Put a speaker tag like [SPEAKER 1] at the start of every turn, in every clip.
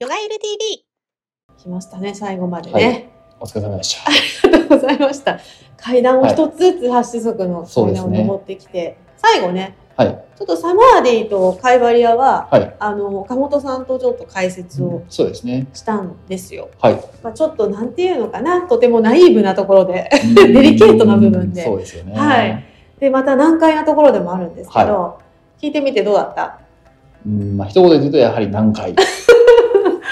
[SPEAKER 1] ヨガエル TV 来ましたね最後までね、
[SPEAKER 2] はいお疲れ様でした。
[SPEAKER 1] ありがとうございました階段を一つずつ発種族の
[SPEAKER 2] そう
[SPEAKER 1] 階
[SPEAKER 2] で
[SPEAKER 1] 段
[SPEAKER 2] す
[SPEAKER 1] を
[SPEAKER 2] ね
[SPEAKER 1] 登ってきて、最後ね
[SPEAKER 2] はい。
[SPEAKER 1] ちょっとサマーデイとカイバリアは
[SPEAKER 2] はい。
[SPEAKER 1] あの岡本さんとちょっと解説を
[SPEAKER 2] そうですね。
[SPEAKER 1] したんですよ、
[SPEAKER 2] はい。
[SPEAKER 1] まあ、ちょっとなんていうのかなとてもナイーブなところで
[SPEAKER 2] デ
[SPEAKER 1] リケートな部分で
[SPEAKER 2] そうですよね。
[SPEAKER 1] はい。でまた難解なところでもあるんですけど、聞いてみてどうだった
[SPEAKER 2] うん、まあ一言で言うとやはり難 解。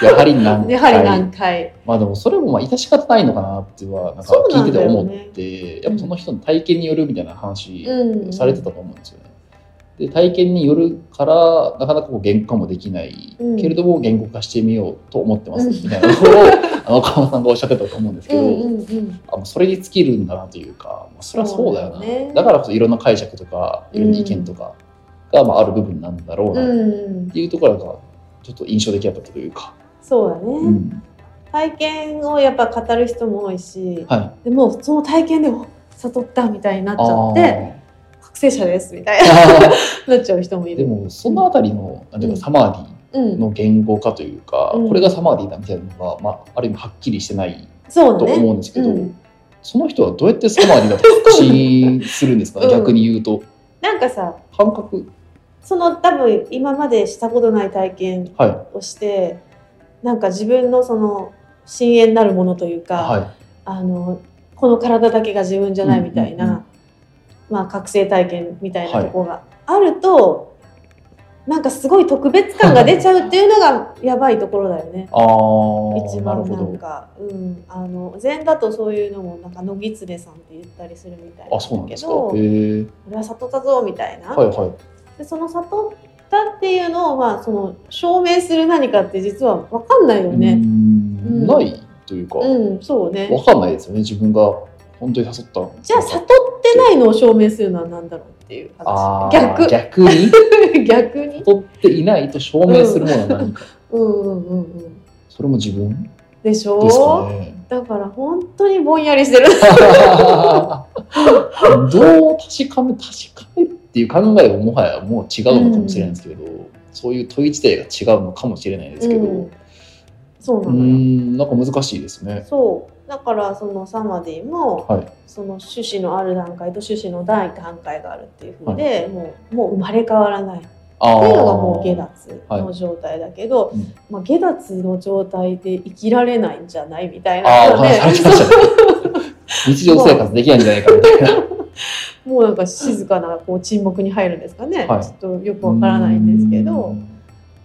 [SPEAKER 2] やはり難解。
[SPEAKER 1] やはり難解、
[SPEAKER 2] まあでもそれもまあ致し方ないのかなってはなんか
[SPEAKER 1] そうな
[SPEAKER 2] 聞い
[SPEAKER 1] んだ
[SPEAKER 2] てて
[SPEAKER 1] よね
[SPEAKER 2] 思って、やっぱその人の体験によるみたいな話
[SPEAKER 1] うん、
[SPEAKER 2] されてたと思うんですよね。で体験によるからなかなかこう言語化もできない、
[SPEAKER 1] うん
[SPEAKER 2] けれども言語化してみようと思ってます
[SPEAKER 1] うん
[SPEAKER 2] みたいなことをあの岡本さんがおっしゃってたと思うんですけ
[SPEAKER 1] う
[SPEAKER 2] ど、
[SPEAKER 1] んうんうん
[SPEAKER 2] あもうそれに尽きるんだなというか、まあ、それはそうだ
[SPEAKER 1] そ
[SPEAKER 2] よ
[SPEAKER 1] う
[SPEAKER 2] な
[SPEAKER 1] だよね
[SPEAKER 2] だからこそいろんな解釈とかいろんな意見とかが、まあ、ある部分なんだろう
[SPEAKER 1] う
[SPEAKER 2] なっ
[SPEAKER 1] ん
[SPEAKER 2] ていうところがちょっと印象的だったというか、
[SPEAKER 1] そうだね、
[SPEAKER 2] うん
[SPEAKER 1] 体験をやっぱ語る人も多いし、
[SPEAKER 2] はい
[SPEAKER 1] でもその体験でお悟ったみたいになっちゃ
[SPEAKER 2] あ
[SPEAKER 1] って
[SPEAKER 2] ー
[SPEAKER 1] 覚醒者ですみたい ななっちゃう人もい
[SPEAKER 2] で
[SPEAKER 1] る。
[SPEAKER 2] もそのあたりのなんていう
[SPEAKER 1] うん
[SPEAKER 2] かサマーデ
[SPEAKER 1] う
[SPEAKER 2] ィ
[SPEAKER 1] ん、
[SPEAKER 2] の言語化というか、
[SPEAKER 1] うん
[SPEAKER 2] これがサマーディだみたいなのが、まあ、ある意味はっきりしてない
[SPEAKER 1] そう
[SPEAKER 2] と
[SPEAKER 1] だね。
[SPEAKER 2] 思うんですけど、
[SPEAKER 1] うん
[SPEAKER 2] その人はどうやってサマーディだと確信する んですかね、
[SPEAKER 1] うん
[SPEAKER 2] 逆に言うと
[SPEAKER 1] なんかさ、
[SPEAKER 2] 感覚
[SPEAKER 1] その多分今までしたことない体験
[SPEAKER 2] はい
[SPEAKER 1] をして、なんか自分のその深淵なるものというか、
[SPEAKER 2] は
[SPEAKER 1] あのこの体だけが自分じゃないみたいな、
[SPEAKER 2] うんうんうん
[SPEAKER 1] まあ覚醒体験みたいなところがあると、なんかすごい特別感が出ちゃうっていうのがやばいところだよね
[SPEAKER 2] い。あ
[SPEAKER 1] 一
[SPEAKER 2] ーなる
[SPEAKER 1] 番
[SPEAKER 2] ほ
[SPEAKER 1] なん
[SPEAKER 2] ど
[SPEAKER 1] か、うん、あの禅だとそういうのもなんか野狐さんって言ったりするみたい
[SPEAKER 2] あそうな
[SPEAKER 1] なんんだ
[SPEAKER 2] で
[SPEAKER 1] け
[SPEAKER 2] すか
[SPEAKER 1] ど
[SPEAKER 2] へー
[SPEAKER 1] 俺は悟ったぞみたいな、
[SPEAKER 2] はいはい
[SPEAKER 1] でその悟ったっていうのを、まあ、その証明する何かって実は分かんないよ
[SPEAKER 2] うー
[SPEAKER 1] ね。うん
[SPEAKER 2] んないというか、
[SPEAKER 1] う
[SPEAKER 2] わ
[SPEAKER 1] ん、そうね
[SPEAKER 2] かんないですよね自分が本当に誘ったのか
[SPEAKER 1] じゃあ悟ってないのを証明するのは何だろうっていう
[SPEAKER 2] あ
[SPEAKER 1] 話
[SPEAKER 2] ー
[SPEAKER 1] 逆
[SPEAKER 2] 逆に
[SPEAKER 1] 逆に
[SPEAKER 2] 誘っていないと証明するものは何か、
[SPEAKER 1] うんうんうんうん
[SPEAKER 2] それも自分
[SPEAKER 1] でし
[SPEAKER 2] です
[SPEAKER 1] ょ
[SPEAKER 2] かね
[SPEAKER 1] だから本当にぼんやりしてる
[SPEAKER 2] どう確かめ確かめるっていう考えももはやもう違うのかもしれないですけど、そういう問い自体が違うのかもしれないですけど、
[SPEAKER 1] う
[SPEAKER 2] うん
[SPEAKER 1] そう
[SPEAKER 2] ー
[SPEAKER 1] なのよ
[SPEAKER 2] んなんか難しいですね。
[SPEAKER 1] そうだからそのサマディも、
[SPEAKER 2] はい
[SPEAKER 1] その種子のある段階と種子のない段階があるっていうふうで、もうもう生まれ変わらないっていう
[SPEAKER 2] あー
[SPEAKER 1] のがもう下脱の状態だけど、
[SPEAKER 2] うん
[SPEAKER 1] まあ、下脱の状態で生きられないんじゃないみたい
[SPEAKER 2] あ
[SPEAKER 1] な
[SPEAKER 2] ーお
[SPEAKER 1] ので
[SPEAKER 2] 話しされてましたね。日常生活できないんじゃないかみたいな。
[SPEAKER 1] もうなんか静かなこう沈黙に入るんですかね、
[SPEAKER 2] はい
[SPEAKER 1] ちょっとよく わからないんですけ
[SPEAKER 2] う
[SPEAKER 1] ど
[SPEAKER 2] ん。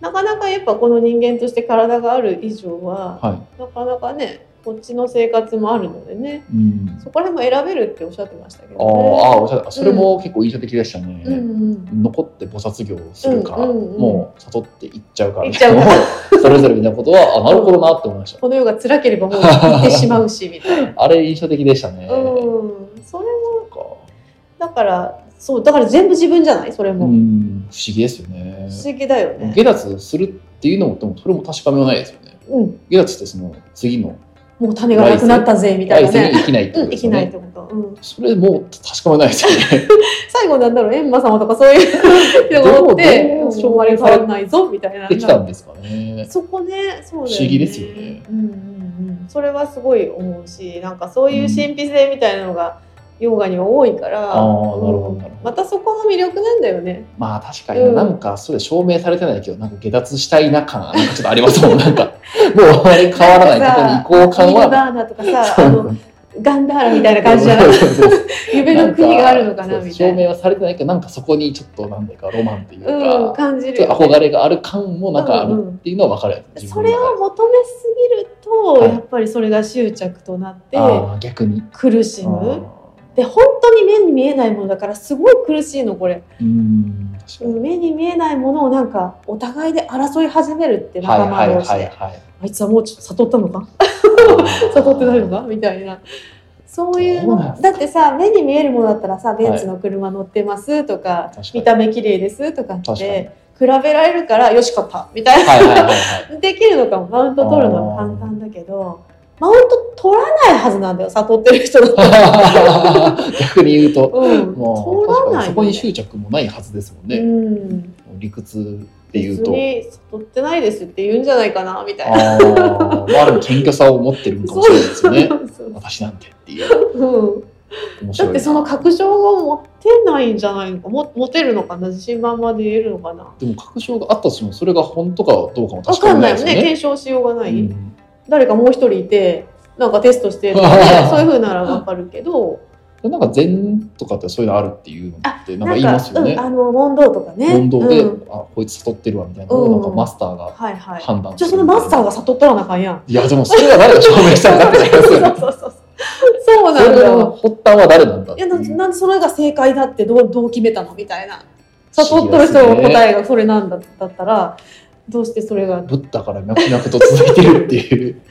[SPEAKER 1] なかなかやっぱこの人間として体がある以上は、
[SPEAKER 2] は
[SPEAKER 1] なかなかねこっちの生活もあるのでね
[SPEAKER 2] い。うん。
[SPEAKER 1] そこら辺も選べるっておっしゃってましたけど
[SPEAKER 2] あー
[SPEAKER 1] ね。
[SPEAKER 2] あー、おっしゃったそれも結構印象的でしたね。
[SPEAKER 1] うんうん
[SPEAKER 2] 残って菩薩業をするか、
[SPEAKER 1] うんうんうん
[SPEAKER 2] もう悟っていっちゃうか
[SPEAKER 1] 行っ
[SPEAKER 2] み
[SPEAKER 1] ちゃ
[SPEAKER 2] た
[SPEAKER 1] う
[SPEAKER 2] いな
[SPEAKER 1] か
[SPEAKER 2] のを、 それぞれみたいなことは、あ、なるほどなって思いまし
[SPEAKER 1] この世が辛ければもう行ってしま うしみたいな。
[SPEAKER 2] た。あれ印象的でしたね。
[SPEAKER 1] うん、それも
[SPEAKER 2] そ
[SPEAKER 1] だからそうだから全部自分じゃないそれ
[SPEAKER 2] うかう
[SPEAKER 1] も、
[SPEAKER 2] ん、不思議ですよね。
[SPEAKER 1] 不思議だよね
[SPEAKER 2] 下脱するっていうのも、でもそれも確かめはないですよね。
[SPEAKER 1] うん
[SPEAKER 2] 下脱ってその次の
[SPEAKER 1] もう種がなくなったぜみたい
[SPEAKER 2] 来
[SPEAKER 1] な
[SPEAKER 2] 世に
[SPEAKER 1] ね
[SPEAKER 2] 生きないって
[SPEAKER 1] う
[SPEAKER 2] こ
[SPEAKER 1] ん生
[SPEAKER 2] とです
[SPEAKER 1] き
[SPEAKER 2] よ
[SPEAKER 1] ないっ
[SPEAKER 2] ね。
[SPEAKER 1] てこと、うん、
[SPEAKER 2] それもう確かめないですよね。
[SPEAKER 1] 最後なんだろうエンマ様とかそう いう人がおって
[SPEAKER 2] どうどう
[SPEAKER 1] 生まれ変わらないぞみたいな
[SPEAKER 2] できたんですかね。
[SPEAKER 1] そこねそうだよね
[SPEAKER 2] 不思議ですよね
[SPEAKER 1] うんうんうんそれはすごい思うしなんかそういう神秘性みたいなのがヨガには多いから、
[SPEAKER 2] あーなるほどなるほど
[SPEAKER 1] またそこも魅力なんだよね
[SPEAKER 2] まあ確かに、
[SPEAKER 1] うん
[SPEAKER 2] なんかそれ証明されてないけどなんか下脱したいな感なんかちょっとありますもんなんかもうあまり変わらないことに移行感
[SPEAKER 1] ニル
[SPEAKER 2] は
[SPEAKER 1] バーナとかさ
[SPEAKER 2] そ
[SPEAKER 1] あ
[SPEAKER 2] う
[SPEAKER 1] のガンダーラみたいな感じじゃない
[SPEAKER 2] そうそうそう
[SPEAKER 1] 夢の国があるのか
[SPEAKER 2] ん
[SPEAKER 1] な
[SPEAKER 2] そう
[SPEAKER 1] みたい
[SPEAKER 2] 証
[SPEAKER 1] な
[SPEAKER 2] 明はされてないけどなんかそこにちょっとなんだかロマンっていう
[SPEAKER 1] うん
[SPEAKER 2] か、
[SPEAKER 1] 感じる
[SPEAKER 2] ちょっと
[SPEAKER 1] よね
[SPEAKER 2] 憧れがある感もなんかあるっていうのは分かるやつ、自
[SPEAKER 1] そ
[SPEAKER 2] 分
[SPEAKER 1] れ
[SPEAKER 2] の中
[SPEAKER 1] を
[SPEAKER 2] で
[SPEAKER 1] 求めすぎると、
[SPEAKER 2] はい
[SPEAKER 1] やっぱりそれが執着となって
[SPEAKER 2] あー逆に
[SPEAKER 1] 苦し
[SPEAKER 2] あ
[SPEAKER 1] む
[SPEAKER 2] ー
[SPEAKER 1] で本当に目に見えないものだからすごい苦しいのこれ
[SPEAKER 2] うん確かに、
[SPEAKER 1] 目に見えないものをなんかお互いで争い始めるって
[SPEAKER 2] はい
[SPEAKER 1] 仲
[SPEAKER 2] は
[SPEAKER 1] 間
[SPEAKER 2] いは
[SPEAKER 1] 同士で、
[SPEAKER 2] いはい
[SPEAKER 1] あいつはもうちょっと悟ったのか悟ってないのかみたいなそういう
[SPEAKER 2] そうなん
[SPEAKER 1] の
[SPEAKER 2] です
[SPEAKER 1] だってさ目に見えるものだったらさベンツの車乗ってますとか、
[SPEAKER 2] 確かに
[SPEAKER 1] 見た目綺麗ですとかっ
[SPEAKER 2] 確かに
[SPEAKER 1] て比べられるからよし勝ったみたいな、
[SPEAKER 2] はいはいはいはい
[SPEAKER 1] できるのかもマウント取るのは簡単だけどマウント取らないはずなんだよ悟ってる人だったら。
[SPEAKER 2] 逆に言 うと、
[SPEAKER 1] うん、
[SPEAKER 2] も
[SPEAKER 1] 取
[SPEAKER 2] う
[SPEAKER 1] ら
[SPEAKER 2] 確か
[SPEAKER 1] ない
[SPEAKER 2] にそ
[SPEAKER 1] よ
[SPEAKER 2] こ
[SPEAKER 1] ね
[SPEAKER 2] に執着もないはずですもん
[SPEAKER 1] う
[SPEAKER 2] ね、
[SPEAKER 1] ん
[SPEAKER 2] 理屈っていう
[SPEAKER 1] 別
[SPEAKER 2] と。
[SPEAKER 1] に取ってないですって言うんじゃないかなみたいな。
[SPEAKER 2] ああ、まあでも謙虚さを持ってるのかもしれないです よね。
[SPEAKER 1] そう
[SPEAKER 2] 私なんてっていう。
[SPEAKER 1] うんだ
[SPEAKER 2] 面白いな。
[SPEAKER 1] ってその確証を持てないんじゃないのかも持てるのかな自信満々で言えるのかな
[SPEAKER 2] でも確証があったとしても、それが本当かどうかも
[SPEAKER 1] 分
[SPEAKER 2] 確か
[SPEAKER 1] か
[SPEAKER 2] め
[SPEAKER 1] ん
[SPEAKER 2] な
[SPEAKER 1] ないいよ
[SPEAKER 2] です
[SPEAKER 1] ね
[SPEAKER 2] よね。
[SPEAKER 1] 検証しようがない、
[SPEAKER 2] うん
[SPEAKER 1] 誰かもう一人いてなんかテスト してとか、ね、そういうふうなら分かるけど
[SPEAKER 2] でなんか禅とかってそういうのあるっていうのって なんか言いますよね
[SPEAKER 1] うん、。あの問答とかね
[SPEAKER 2] 問答で、
[SPEAKER 1] うん
[SPEAKER 2] あこいつ悟ってるわみたいなのをなんかマスターが
[SPEAKER 1] はいはい
[SPEAKER 2] 判断
[SPEAKER 1] じゃあそのマスターが悟ったらなあかんやん
[SPEAKER 2] いやでもそれは誰が証明したのかってなります
[SPEAKER 1] そう
[SPEAKER 2] よ
[SPEAKER 1] そう
[SPEAKER 2] ね
[SPEAKER 1] そうそうそう
[SPEAKER 2] そ
[SPEAKER 1] なんだ
[SPEAKER 2] れの
[SPEAKER 1] よ
[SPEAKER 2] 発端は誰なんだっ
[SPEAKER 1] い
[SPEAKER 2] てい
[SPEAKER 1] や
[SPEAKER 2] う
[SPEAKER 1] ななんでそれが正解だってどうどう決めたのみたいな悟っとる人
[SPEAKER 2] 不
[SPEAKER 1] の
[SPEAKER 2] 思議ですね
[SPEAKER 1] 答えがそれなんだだったらどうしてそれが
[SPEAKER 2] ブッダから脈々と続いてるっていう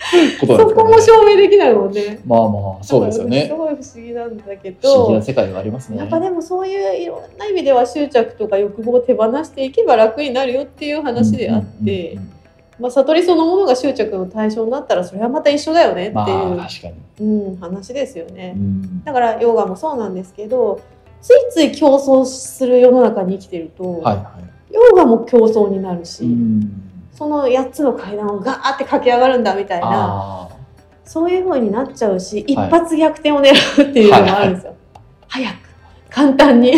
[SPEAKER 2] ことなん
[SPEAKER 1] そ
[SPEAKER 2] です
[SPEAKER 1] こ
[SPEAKER 2] か
[SPEAKER 1] も
[SPEAKER 2] ね。
[SPEAKER 1] 証明できないもんね
[SPEAKER 2] まあまあそうですよ
[SPEAKER 1] だ
[SPEAKER 2] ね。
[SPEAKER 1] からすごい不思議なんだけ
[SPEAKER 2] 不思議な
[SPEAKER 1] ど、
[SPEAKER 2] 世界がありますね。
[SPEAKER 1] やっぱでもそういういろんな意味では執着とか欲望を手放していけば楽になるよっていう話であって、
[SPEAKER 2] うんうんうん
[SPEAKER 1] まあ、悟りそのものが執着の対象になったらそれはまた一緒だよねっていう、
[SPEAKER 2] まあ確かに。
[SPEAKER 1] うん、話ですよね
[SPEAKER 2] う。ん
[SPEAKER 1] だからヨガもそうなんですけどついつい競争する世の中に生きてると、
[SPEAKER 2] はいはい。
[SPEAKER 1] ヨガも競争になるし、
[SPEAKER 2] うん
[SPEAKER 1] その8つの階段をガーって駆け上がるんだみたいな
[SPEAKER 2] ああ
[SPEAKER 1] そういう風になっちゃうし一発逆転を狙うっていうのもあるんですよ。早く簡単に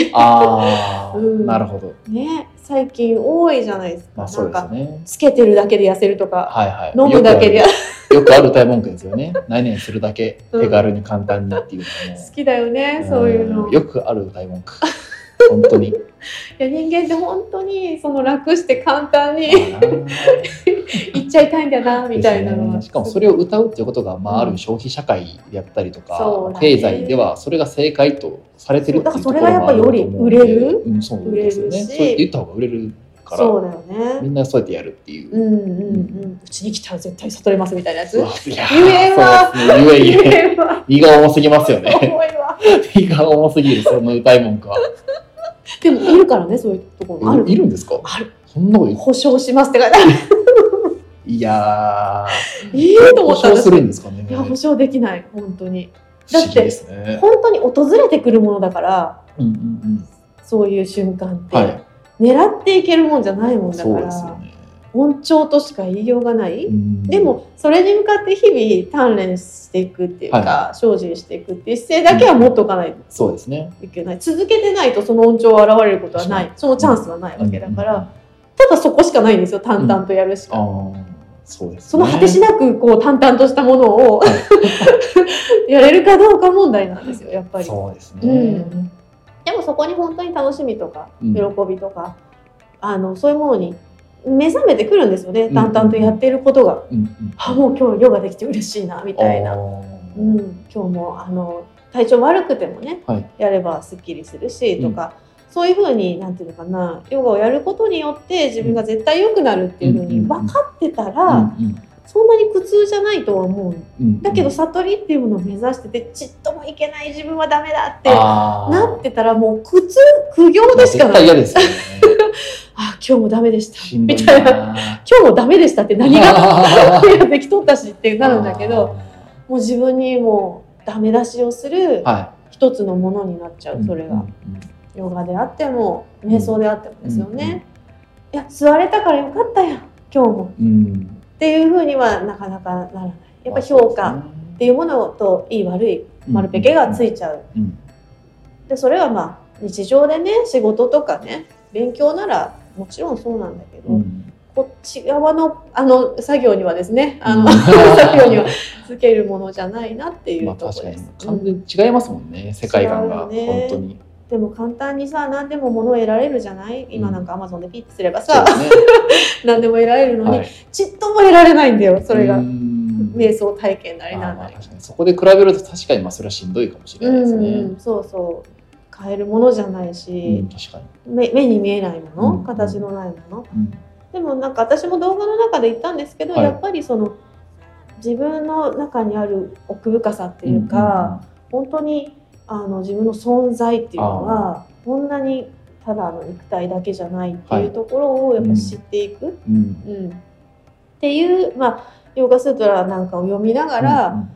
[SPEAKER 2] ああ、
[SPEAKER 1] うん
[SPEAKER 2] なるほど。
[SPEAKER 1] ね最近多いじゃないですか,、
[SPEAKER 2] まあそうで
[SPEAKER 1] な
[SPEAKER 2] す
[SPEAKER 1] んか
[SPEAKER 2] ね。
[SPEAKER 1] つけてるだけで痩せるとか
[SPEAKER 2] はいはい。
[SPEAKER 1] 飲むだけで
[SPEAKER 2] よくあるよくある大文句ですよね。何々するだけ
[SPEAKER 1] うん
[SPEAKER 2] 手軽に簡単にっていうのも
[SPEAKER 1] 好きだよねそういうの。
[SPEAKER 2] んよくある大文句。本当 に。
[SPEAKER 1] いや人間って本当にその楽して簡単に
[SPEAKER 2] あー
[SPEAKER 1] いっちゃいたいんだなみたいなの
[SPEAKER 2] です
[SPEAKER 1] は
[SPEAKER 2] ねしかもそれを歌うっていうことが、ま
[SPEAKER 1] うん
[SPEAKER 2] あ、ある消費社会であったりと
[SPEAKER 1] そうだ
[SPEAKER 2] か、
[SPEAKER 1] ね
[SPEAKER 2] 経済ではそれが正解とされてるっていうところ
[SPEAKER 1] だから
[SPEAKER 2] もあ
[SPEAKER 1] それ
[SPEAKER 2] ると
[SPEAKER 1] がやっぱ
[SPEAKER 2] 思う
[SPEAKER 1] よ
[SPEAKER 2] ん
[SPEAKER 1] り
[SPEAKER 2] で
[SPEAKER 1] 売れる
[SPEAKER 2] うん、そうですよ
[SPEAKER 1] 売れる
[SPEAKER 2] ねそう
[SPEAKER 1] し
[SPEAKER 2] やって言った方が売れるから
[SPEAKER 1] そうだよ
[SPEAKER 2] み
[SPEAKER 1] ね。
[SPEAKER 2] んなそうやってやるっていう
[SPEAKER 1] う。んうんうん。うちに来たら絶対悟れますみたいなやつ。
[SPEAKER 2] うわ いや
[SPEAKER 1] 言えば
[SPEAKER 2] そうですねゆえゆえ
[SPEAKER 1] えば
[SPEAKER 2] 胃が重すぎます よね。
[SPEAKER 1] 重い わ。
[SPEAKER 2] 胃が重すぎる、その歌い文句は。
[SPEAKER 1] でもいるからねそういうところもある。
[SPEAKER 2] いるんですか
[SPEAKER 1] ある。
[SPEAKER 2] そんなこと言っ
[SPEAKER 1] 保証しますって書いてある。
[SPEAKER 2] いや
[SPEAKER 1] ええ
[SPEAKER 2] ー、
[SPEAKER 1] と思った
[SPEAKER 2] 保証する
[SPEAKER 1] 私。
[SPEAKER 2] んですかね。
[SPEAKER 1] い
[SPEAKER 2] 不
[SPEAKER 1] や
[SPEAKER 2] 思
[SPEAKER 1] 保証できない本当に。だって
[SPEAKER 2] 議ですね。
[SPEAKER 1] 本当に訪れてくるものだから
[SPEAKER 2] うんうん
[SPEAKER 1] そういう瞬間っ
[SPEAKER 2] うん。
[SPEAKER 1] て、
[SPEAKER 2] はい。
[SPEAKER 1] 狙っていけるもんじゃないもんだか
[SPEAKER 2] そう
[SPEAKER 1] ら、
[SPEAKER 2] ですよね。
[SPEAKER 1] 温調としか言いようがない。
[SPEAKER 2] うん
[SPEAKER 1] でもそれに向かって日々鍛錬していくっていうか、
[SPEAKER 2] は
[SPEAKER 1] 精進していくっていう姿勢だけは持っとかない
[SPEAKER 2] そうですね。
[SPEAKER 1] といけない、続けてないとその恩情は現れることはないそのチャンスはないわけだから、ただそこしかないんですよ淡々とやるしか、
[SPEAKER 2] ああ、そうです、ね。
[SPEAKER 1] その果てし
[SPEAKER 2] な
[SPEAKER 1] なくこう淡々としたものを、
[SPEAKER 2] は
[SPEAKER 1] やれるかどうか問題なんですよやっぱり
[SPEAKER 2] そうですね。
[SPEAKER 1] うんでもそこに本当に楽しみとか
[SPEAKER 2] うん
[SPEAKER 1] 喜びとか、あのそういうものに目覚めてくるんですよね
[SPEAKER 2] うん
[SPEAKER 1] 淡々とやっていることが、
[SPEAKER 2] うんうん。
[SPEAKER 1] あもう今日ヨガできて嬉しいなみたいな
[SPEAKER 2] あー。
[SPEAKER 1] うん、今日もあの体調悪くてもね、
[SPEAKER 2] はい
[SPEAKER 1] やればすっきりするしとか、そういうふうになんていうのかなヨガをやることによって自分が絶対良くなるっていうふうに
[SPEAKER 2] うんうんうん
[SPEAKER 1] 分かってたら、
[SPEAKER 2] うんうん
[SPEAKER 1] そんなに苦痛じゃないとは思う
[SPEAKER 2] うんうん
[SPEAKER 1] だけど悟りっていうものを目指しててちっともいけない自分はダメだって
[SPEAKER 2] あ
[SPEAKER 1] な
[SPEAKER 2] ー
[SPEAKER 1] ってたらもう苦痛苦行でしか
[SPEAKER 2] 絶
[SPEAKER 1] な
[SPEAKER 2] 対
[SPEAKER 1] い
[SPEAKER 2] 嫌ですよね。
[SPEAKER 1] あ今日もダメでした
[SPEAKER 2] しんど
[SPEAKER 1] み
[SPEAKER 2] い
[SPEAKER 1] たいな今
[SPEAKER 2] な。
[SPEAKER 1] 日もダメでしたって 何が
[SPEAKER 2] が
[SPEAKER 1] いやできとったしってなるんだけど。もう自分にもうダメ出しをする
[SPEAKER 2] あー は
[SPEAKER 1] 一つのものになっちゃう
[SPEAKER 2] い。
[SPEAKER 1] それが、
[SPEAKER 2] うんうん
[SPEAKER 1] ヨガであっても瞑想であってもですよね、いや座れたからよかったやん今日も
[SPEAKER 2] うん。
[SPEAKER 1] っていうふうにはなかなかならないやっぱ
[SPEAKER 2] まあ
[SPEAKER 1] 評価っていうものといい悪い丸ペケがついちゃう、
[SPEAKER 2] うんうん
[SPEAKER 1] でそれはまあ日常でね仕事とかね勉強ならもちろんそうなんだけど、
[SPEAKER 2] そうですねうん
[SPEAKER 1] こっち側のあの作業にはですねあの、
[SPEAKER 2] うん
[SPEAKER 1] 作業にはつけるものじゃないなってい
[SPEAKER 2] まあ
[SPEAKER 1] うとこ
[SPEAKER 2] 確か
[SPEAKER 1] で
[SPEAKER 2] に
[SPEAKER 1] す。
[SPEAKER 2] 完全に違いますもんね、世界観が
[SPEAKER 1] 違うよね
[SPEAKER 2] 本当に
[SPEAKER 1] でも簡単にさ何でも物を得られるじゃない今なんかアマゾンでピッてすれば
[SPEAKER 2] そう
[SPEAKER 1] さ、
[SPEAKER 2] ですね
[SPEAKER 1] 何でも得られるのに、
[SPEAKER 2] はい
[SPEAKER 1] ちっとも得られないんだよそれが、
[SPEAKER 2] うん
[SPEAKER 1] 瞑想体験なり
[SPEAKER 2] ま
[SPEAKER 1] な
[SPEAKER 2] あ
[SPEAKER 1] ん
[SPEAKER 2] ま
[SPEAKER 1] な
[SPEAKER 2] あ
[SPEAKER 1] り、
[SPEAKER 2] 確かにそこで比べると確かにまあそれはしんどいかもしれないです
[SPEAKER 1] う
[SPEAKER 2] ね。
[SPEAKER 1] んうんそうそう買えるものじゃないうし
[SPEAKER 2] ん、確かに、
[SPEAKER 1] 目目に見えないもの、
[SPEAKER 2] うん
[SPEAKER 1] 形のないもの
[SPEAKER 2] うん
[SPEAKER 1] でもなんか私も動画の中で言ったんですけど、
[SPEAKER 2] はい
[SPEAKER 1] やっぱりその自分の中にある奥深さっていうか、本当にあの自分の存在っていうのはこんなにただの肉体だけじゃないっていうところをやっぱ知っていく、
[SPEAKER 2] うんうんうん、
[SPEAKER 1] うんっていう、まあ、ヨガスートラなんかを読みながら、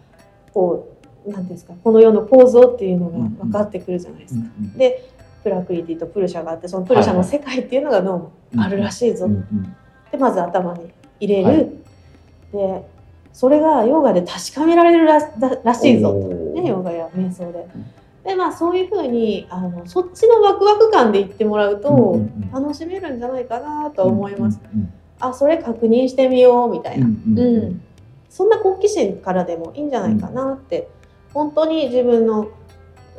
[SPEAKER 1] こうなんていうんですかこの世の構造っていうのが分かってくるじゃないです
[SPEAKER 2] うん
[SPEAKER 1] か。
[SPEAKER 2] うん
[SPEAKER 1] でプラクリティとプルシャがあってそのプルシャの世界っていうのがどうもあるらしいぞ、
[SPEAKER 2] うんうん
[SPEAKER 1] でまず頭に入れる、
[SPEAKER 2] はい
[SPEAKER 1] でそれがヨガで確かめられるらだらしいぞと、
[SPEAKER 2] おー
[SPEAKER 1] ね、ヨガや瞑想で
[SPEAKER 2] うん。
[SPEAKER 1] でまあそういうふうにあのそっちのワクワク感で言ってもらう
[SPEAKER 2] うんう
[SPEAKER 1] と
[SPEAKER 2] ん
[SPEAKER 1] 楽しめるんじゃないかなとは思います。。
[SPEAKER 2] うん
[SPEAKER 1] あそれ確認してみようみたいな、
[SPEAKER 2] うんうん
[SPEAKER 1] うんそんな好奇心からでもいいんじゃないかなって本当に自分の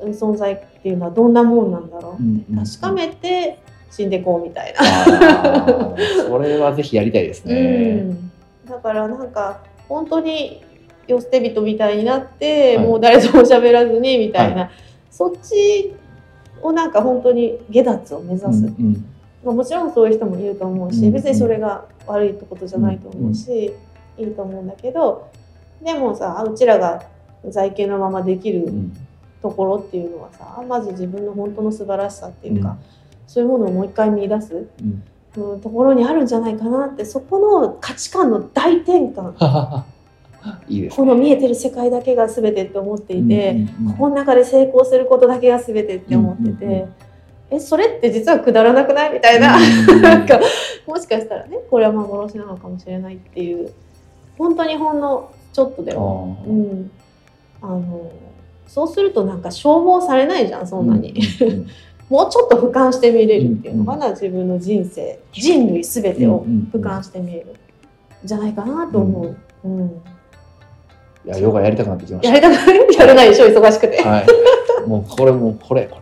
[SPEAKER 1] うん存在っていうのはどんなもんなんだろ
[SPEAKER 2] うんうん
[SPEAKER 1] う確かめて死んでこうみたいな。
[SPEAKER 2] あーそれはぜひやりたいです
[SPEAKER 1] う
[SPEAKER 2] ね。
[SPEAKER 1] ん、だからなんか本当に世捨て人みたいになって、
[SPEAKER 2] はい
[SPEAKER 1] もう誰とも喋らずにみたいな、
[SPEAKER 2] は
[SPEAKER 1] そっちをなんか本当に下脱を目指す、
[SPEAKER 2] うんうん
[SPEAKER 1] まあ、もちろんそういう人もいると思うし、
[SPEAKER 2] うん
[SPEAKER 1] 別にそれが悪いってことじゃないと思うし、いいと思うんだけどでもさうちらが在形のままでき
[SPEAKER 2] う
[SPEAKER 1] る
[SPEAKER 2] ん
[SPEAKER 1] ところっていうのはさまず自分の本当の素晴らしさっていうか、
[SPEAKER 2] うん
[SPEAKER 1] そういうものをもう一回見出す、
[SPEAKER 2] うん
[SPEAKER 1] うんところにあるんじゃないかなってそこの価値観の大転換
[SPEAKER 2] ははははいいです
[SPEAKER 1] この見えてる世界だけが全てって思っていて、
[SPEAKER 2] うんうんうん
[SPEAKER 1] ここの中で成功することだけが全てって思ってて、
[SPEAKER 2] うんうん
[SPEAKER 1] えそれって実はくだらなくないみたいな、
[SPEAKER 2] うん
[SPEAKER 1] なんかもしかしたらねこれは幻なのかもしれないっていう本当にほんのちょっとで
[SPEAKER 2] あ
[SPEAKER 1] も、
[SPEAKER 2] ー
[SPEAKER 1] うん、あのそうするとなんか消耗されないじゃんそんなに。
[SPEAKER 2] うんうん
[SPEAKER 1] もうちょっと俯瞰して見れるっていうのかな、自分の人生人類全てを俯瞰して見れるんじゃないかなと思う、うん
[SPEAKER 2] いやヨガやりたくなってきまし
[SPEAKER 1] や
[SPEAKER 2] た
[SPEAKER 1] りたくないやれないでしょ忙しくて、
[SPEAKER 2] はい、もうこれもうこれこ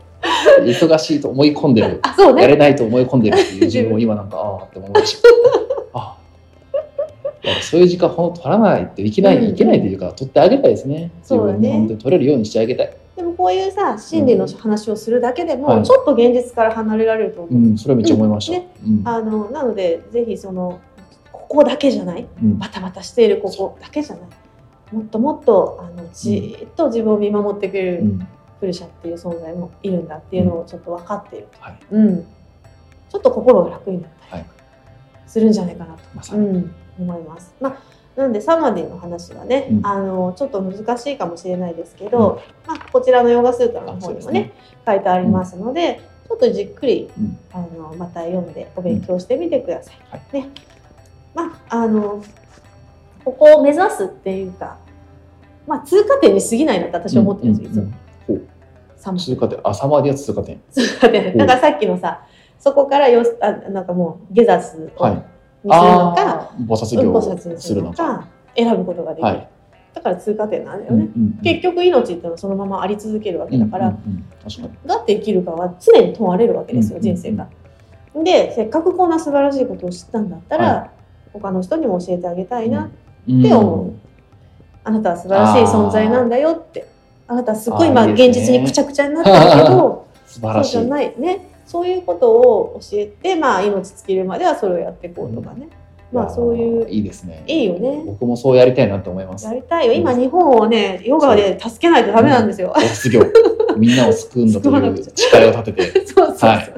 [SPEAKER 2] れ忙しいと思い込んでる
[SPEAKER 1] あそう
[SPEAKER 2] や
[SPEAKER 1] ね
[SPEAKER 2] れないと思い込んでるっていう自分を今なんかああって思いました あーいやそういう時間ほんと取らないといけない、
[SPEAKER 1] うん
[SPEAKER 2] いけないというか取ってあげたいですね自
[SPEAKER 1] そうだ
[SPEAKER 2] 分
[SPEAKER 1] ね
[SPEAKER 2] に本当に取れるようにしてあげたい
[SPEAKER 1] でもこういうさ心理の話をするだけで
[SPEAKER 2] は
[SPEAKER 1] も
[SPEAKER 2] い
[SPEAKER 1] ちょっと現実から離れられると思う、
[SPEAKER 2] うんそれはめっちゃ思いました、
[SPEAKER 1] うん
[SPEAKER 2] うん
[SPEAKER 1] あのなのでぜひそのここだけじゃない
[SPEAKER 2] うん
[SPEAKER 1] バタバタしているここだけじゃないもっともっとあのじーっと自分を見守ってくれる、
[SPEAKER 2] うん
[SPEAKER 1] プルシャっていう存在もいるんだっていうのをちょっと分かっていると、
[SPEAKER 2] はい
[SPEAKER 1] うん、ちょっと心が楽になったり
[SPEAKER 2] はい
[SPEAKER 1] するんじゃないかなと、
[SPEAKER 2] まさ
[SPEAKER 1] う
[SPEAKER 2] に
[SPEAKER 1] ん、思います。まあなんでサマディの話はね、
[SPEAKER 2] うん
[SPEAKER 1] あのちょっと難しいかもしれないですけど、まあ、こちらのヨガスートラの
[SPEAKER 2] あ
[SPEAKER 1] 方
[SPEAKER 2] そう
[SPEAKER 1] に
[SPEAKER 2] で
[SPEAKER 1] も
[SPEAKER 2] す
[SPEAKER 1] ね
[SPEAKER 2] ね
[SPEAKER 1] 書いてありますので、ちょっとじっくり、
[SPEAKER 2] うん
[SPEAKER 1] あのまた読んでお勉強してみてください。
[SPEAKER 2] は
[SPEAKER 1] ね、まああのここを目指すっていうか、まあ通過点に過ぎないなって私は思ってるんですよ。いつ
[SPEAKER 2] う
[SPEAKER 1] も
[SPEAKER 2] ん
[SPEAKER 1] サ
[SPEAKER 2] う
[SPEAKER 1] マ
[SPEAKER 2] ん
[SPEAKER 1] ディ
[SPEAKER 2] 通過点朝までやつ通過点
[SPEAKER 1] 通過点。だからさっきのさ、そこからよしあなんかもう下座すをにするの
[SPEAKER 2] はい
[SPEAKER 1] か、
[SPEAKER 2] あー菩薩
[SPEAKER 1] うん
[SPEAKER 2] 業
[SPEAKER 1] こ
[SPEAKER 2] を
[SPEAKER 1] 殺
[SPEAKER 2] す
[SPEAKER 1] す
[SPEAKER 2] る
[SPEAKER 1] る
[SPEAKER 2] の
[SPEAKER 1] の
[SPEAKER 2] か
[SPEAKER 1] か、選ぶことができる。
[SPEAKER 2] はい
[SPEAKER 1] だから通過点なんだよ
[SPEAKER 2] うんう
[SPEAKER 1] ね。
[SPEAKER 2] ん
[SPEAKER 1] 結局命っていうのはそのままあり続けるわけだから、
[SPEAKER 2] うんうんうん確かに
[SPEAKER 1] どうやって生きるかは常に問われるわけですよ、
[SPEAKER 2] うんうんうん
[SPEAKER 1] 人生が。でせっかくこんな素晴らしいことを知ったんだったら、
[SPEAKER 2] は
[SPEAKER 1] 他の人にも教えてあげたいな、
[SPEAKER 2] って
[SPEAKER 1] 思うあなたは素晴らしい存在なんだよってあなたはすごい今
[SPEAKER 2] あーいいですね
[SPEAKER 1] 現実にくちゃくちゃになったけ ど。
[SPEAKER 2] 素晴らしい
[SPEAKER 1] そうじゃないねそういうことを教えてまあ命尽きるまではそれをやっていこうとかね、まあそういう
[SPEAKER 2] いいですね
[SPEAKER 1] いいよね
[SPEAKER 2] 僕もそうやりたいなと思います
[SPEAKER 1] やりたいよ今日本をねヨガで助けないとダメなんですよ、
[SPEAKER 2] 卒 業みんなを救うんだと
[SPEAKER 1] 救わないくち
[SPEAKER 2] う誓いを立てて
[SPEAKER 1] そうそうそう、
[SPEAKER 2] は
[SPEAKER 1] はい
[SPEAKER 2] い、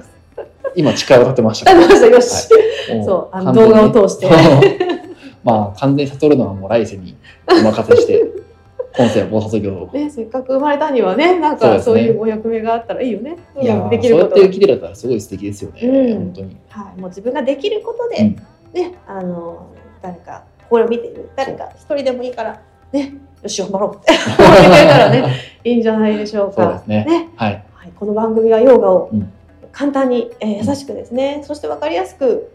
[SPEAKER 2] 今誓いを立てました
[SPEAKER 1] あ
[SPEAKER 2] から
[SPEAKER 1] りましたよし、
[SPEAKER 2] も
[SPEAKER 1] そうあの
[SPEAKER 2] 完全にね
[SPEAKER 1] 動画を通して
[SPEAKER 2] まあ完全に悟るのはもう来世にお任せして 今世は暴卒業を
[SPEAKER 1] ね、せっかく生まれたにはねなん
[SPEAKER 2] そう
[SPEAKER 1] か
[SPEAKER 2] で
[SPEAKER 1] そ
[SPEAKER 2] すね
[SPEAKER 1] ういうお役目があったらいいよねうん
[SPEAKER 2] いやー
[SPEAKER 1] でき
[SPEAKER 2] そう
[SPEAKER 1] る
[SPEAKER 2] や
[SPEAKER 1] こ
[SPEAKER 2] っ
[SPEAKER 1] と
[SPEAKER 2] て生きてるやったらすごい素敵ですよね、
[SPEAKER 1] うん
[SPEAKER 2] 本当に
[SPEAKER 1] はい、もう自分ができることで、
[SPEAKER 2] うん
[SPEAKER 1] ねあの誰かこれを見ている誰か一人でもいいからねよし頑張ろう って思ってくれたらねいいんじゃないでしょう
[SPEAKER 2] そう
[SPEAKER 1] か
[SPEAKER 2] ですね
[SPEAKER 1] ね
[SPEAKER 2] はい
[SPEAKER 1] はい、この番組はヨガを
[SPEAKER 2] うん
[SPEAKER 1] 簡単に、えー優しくですね、そして分かりやすく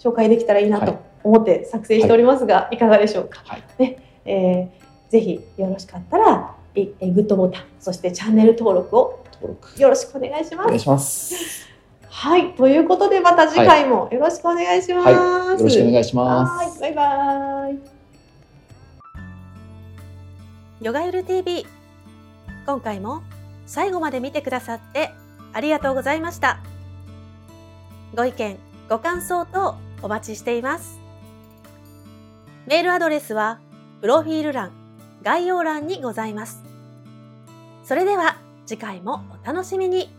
[SPEAKER 1] 紹介できたらいいな
[SPEAKER 2] は
[SPEAKER 1] と思って作成しておりますが、い、かがでしょうか、
[SPEAKER 2] はい
[SPEAKER 1] ねえーぜひよろしかったらいえーグッドボタンそしてチャンネル登録を
[SPEAKER 2] 登録
[SPEAKER 1] よろしくお願いしま
[SPEAKER 2] お願い
[SPEAKER 1] す。
[SPEAKER 2] します
[SPEAKER 1] はいということでまた次回もよろしくお願いします。
[SPEAKER 2] はいよろしくお願いします
[SPEAKER 1] はいバイバイ
[SPEAKER 3] ヨガユル TV 今回も最後まで見てくださってありがとうございましたご意見ご感想等お待ちしていますメールアドレスはプロフィール欄概要欄にございますそれでは次回もお楽しみに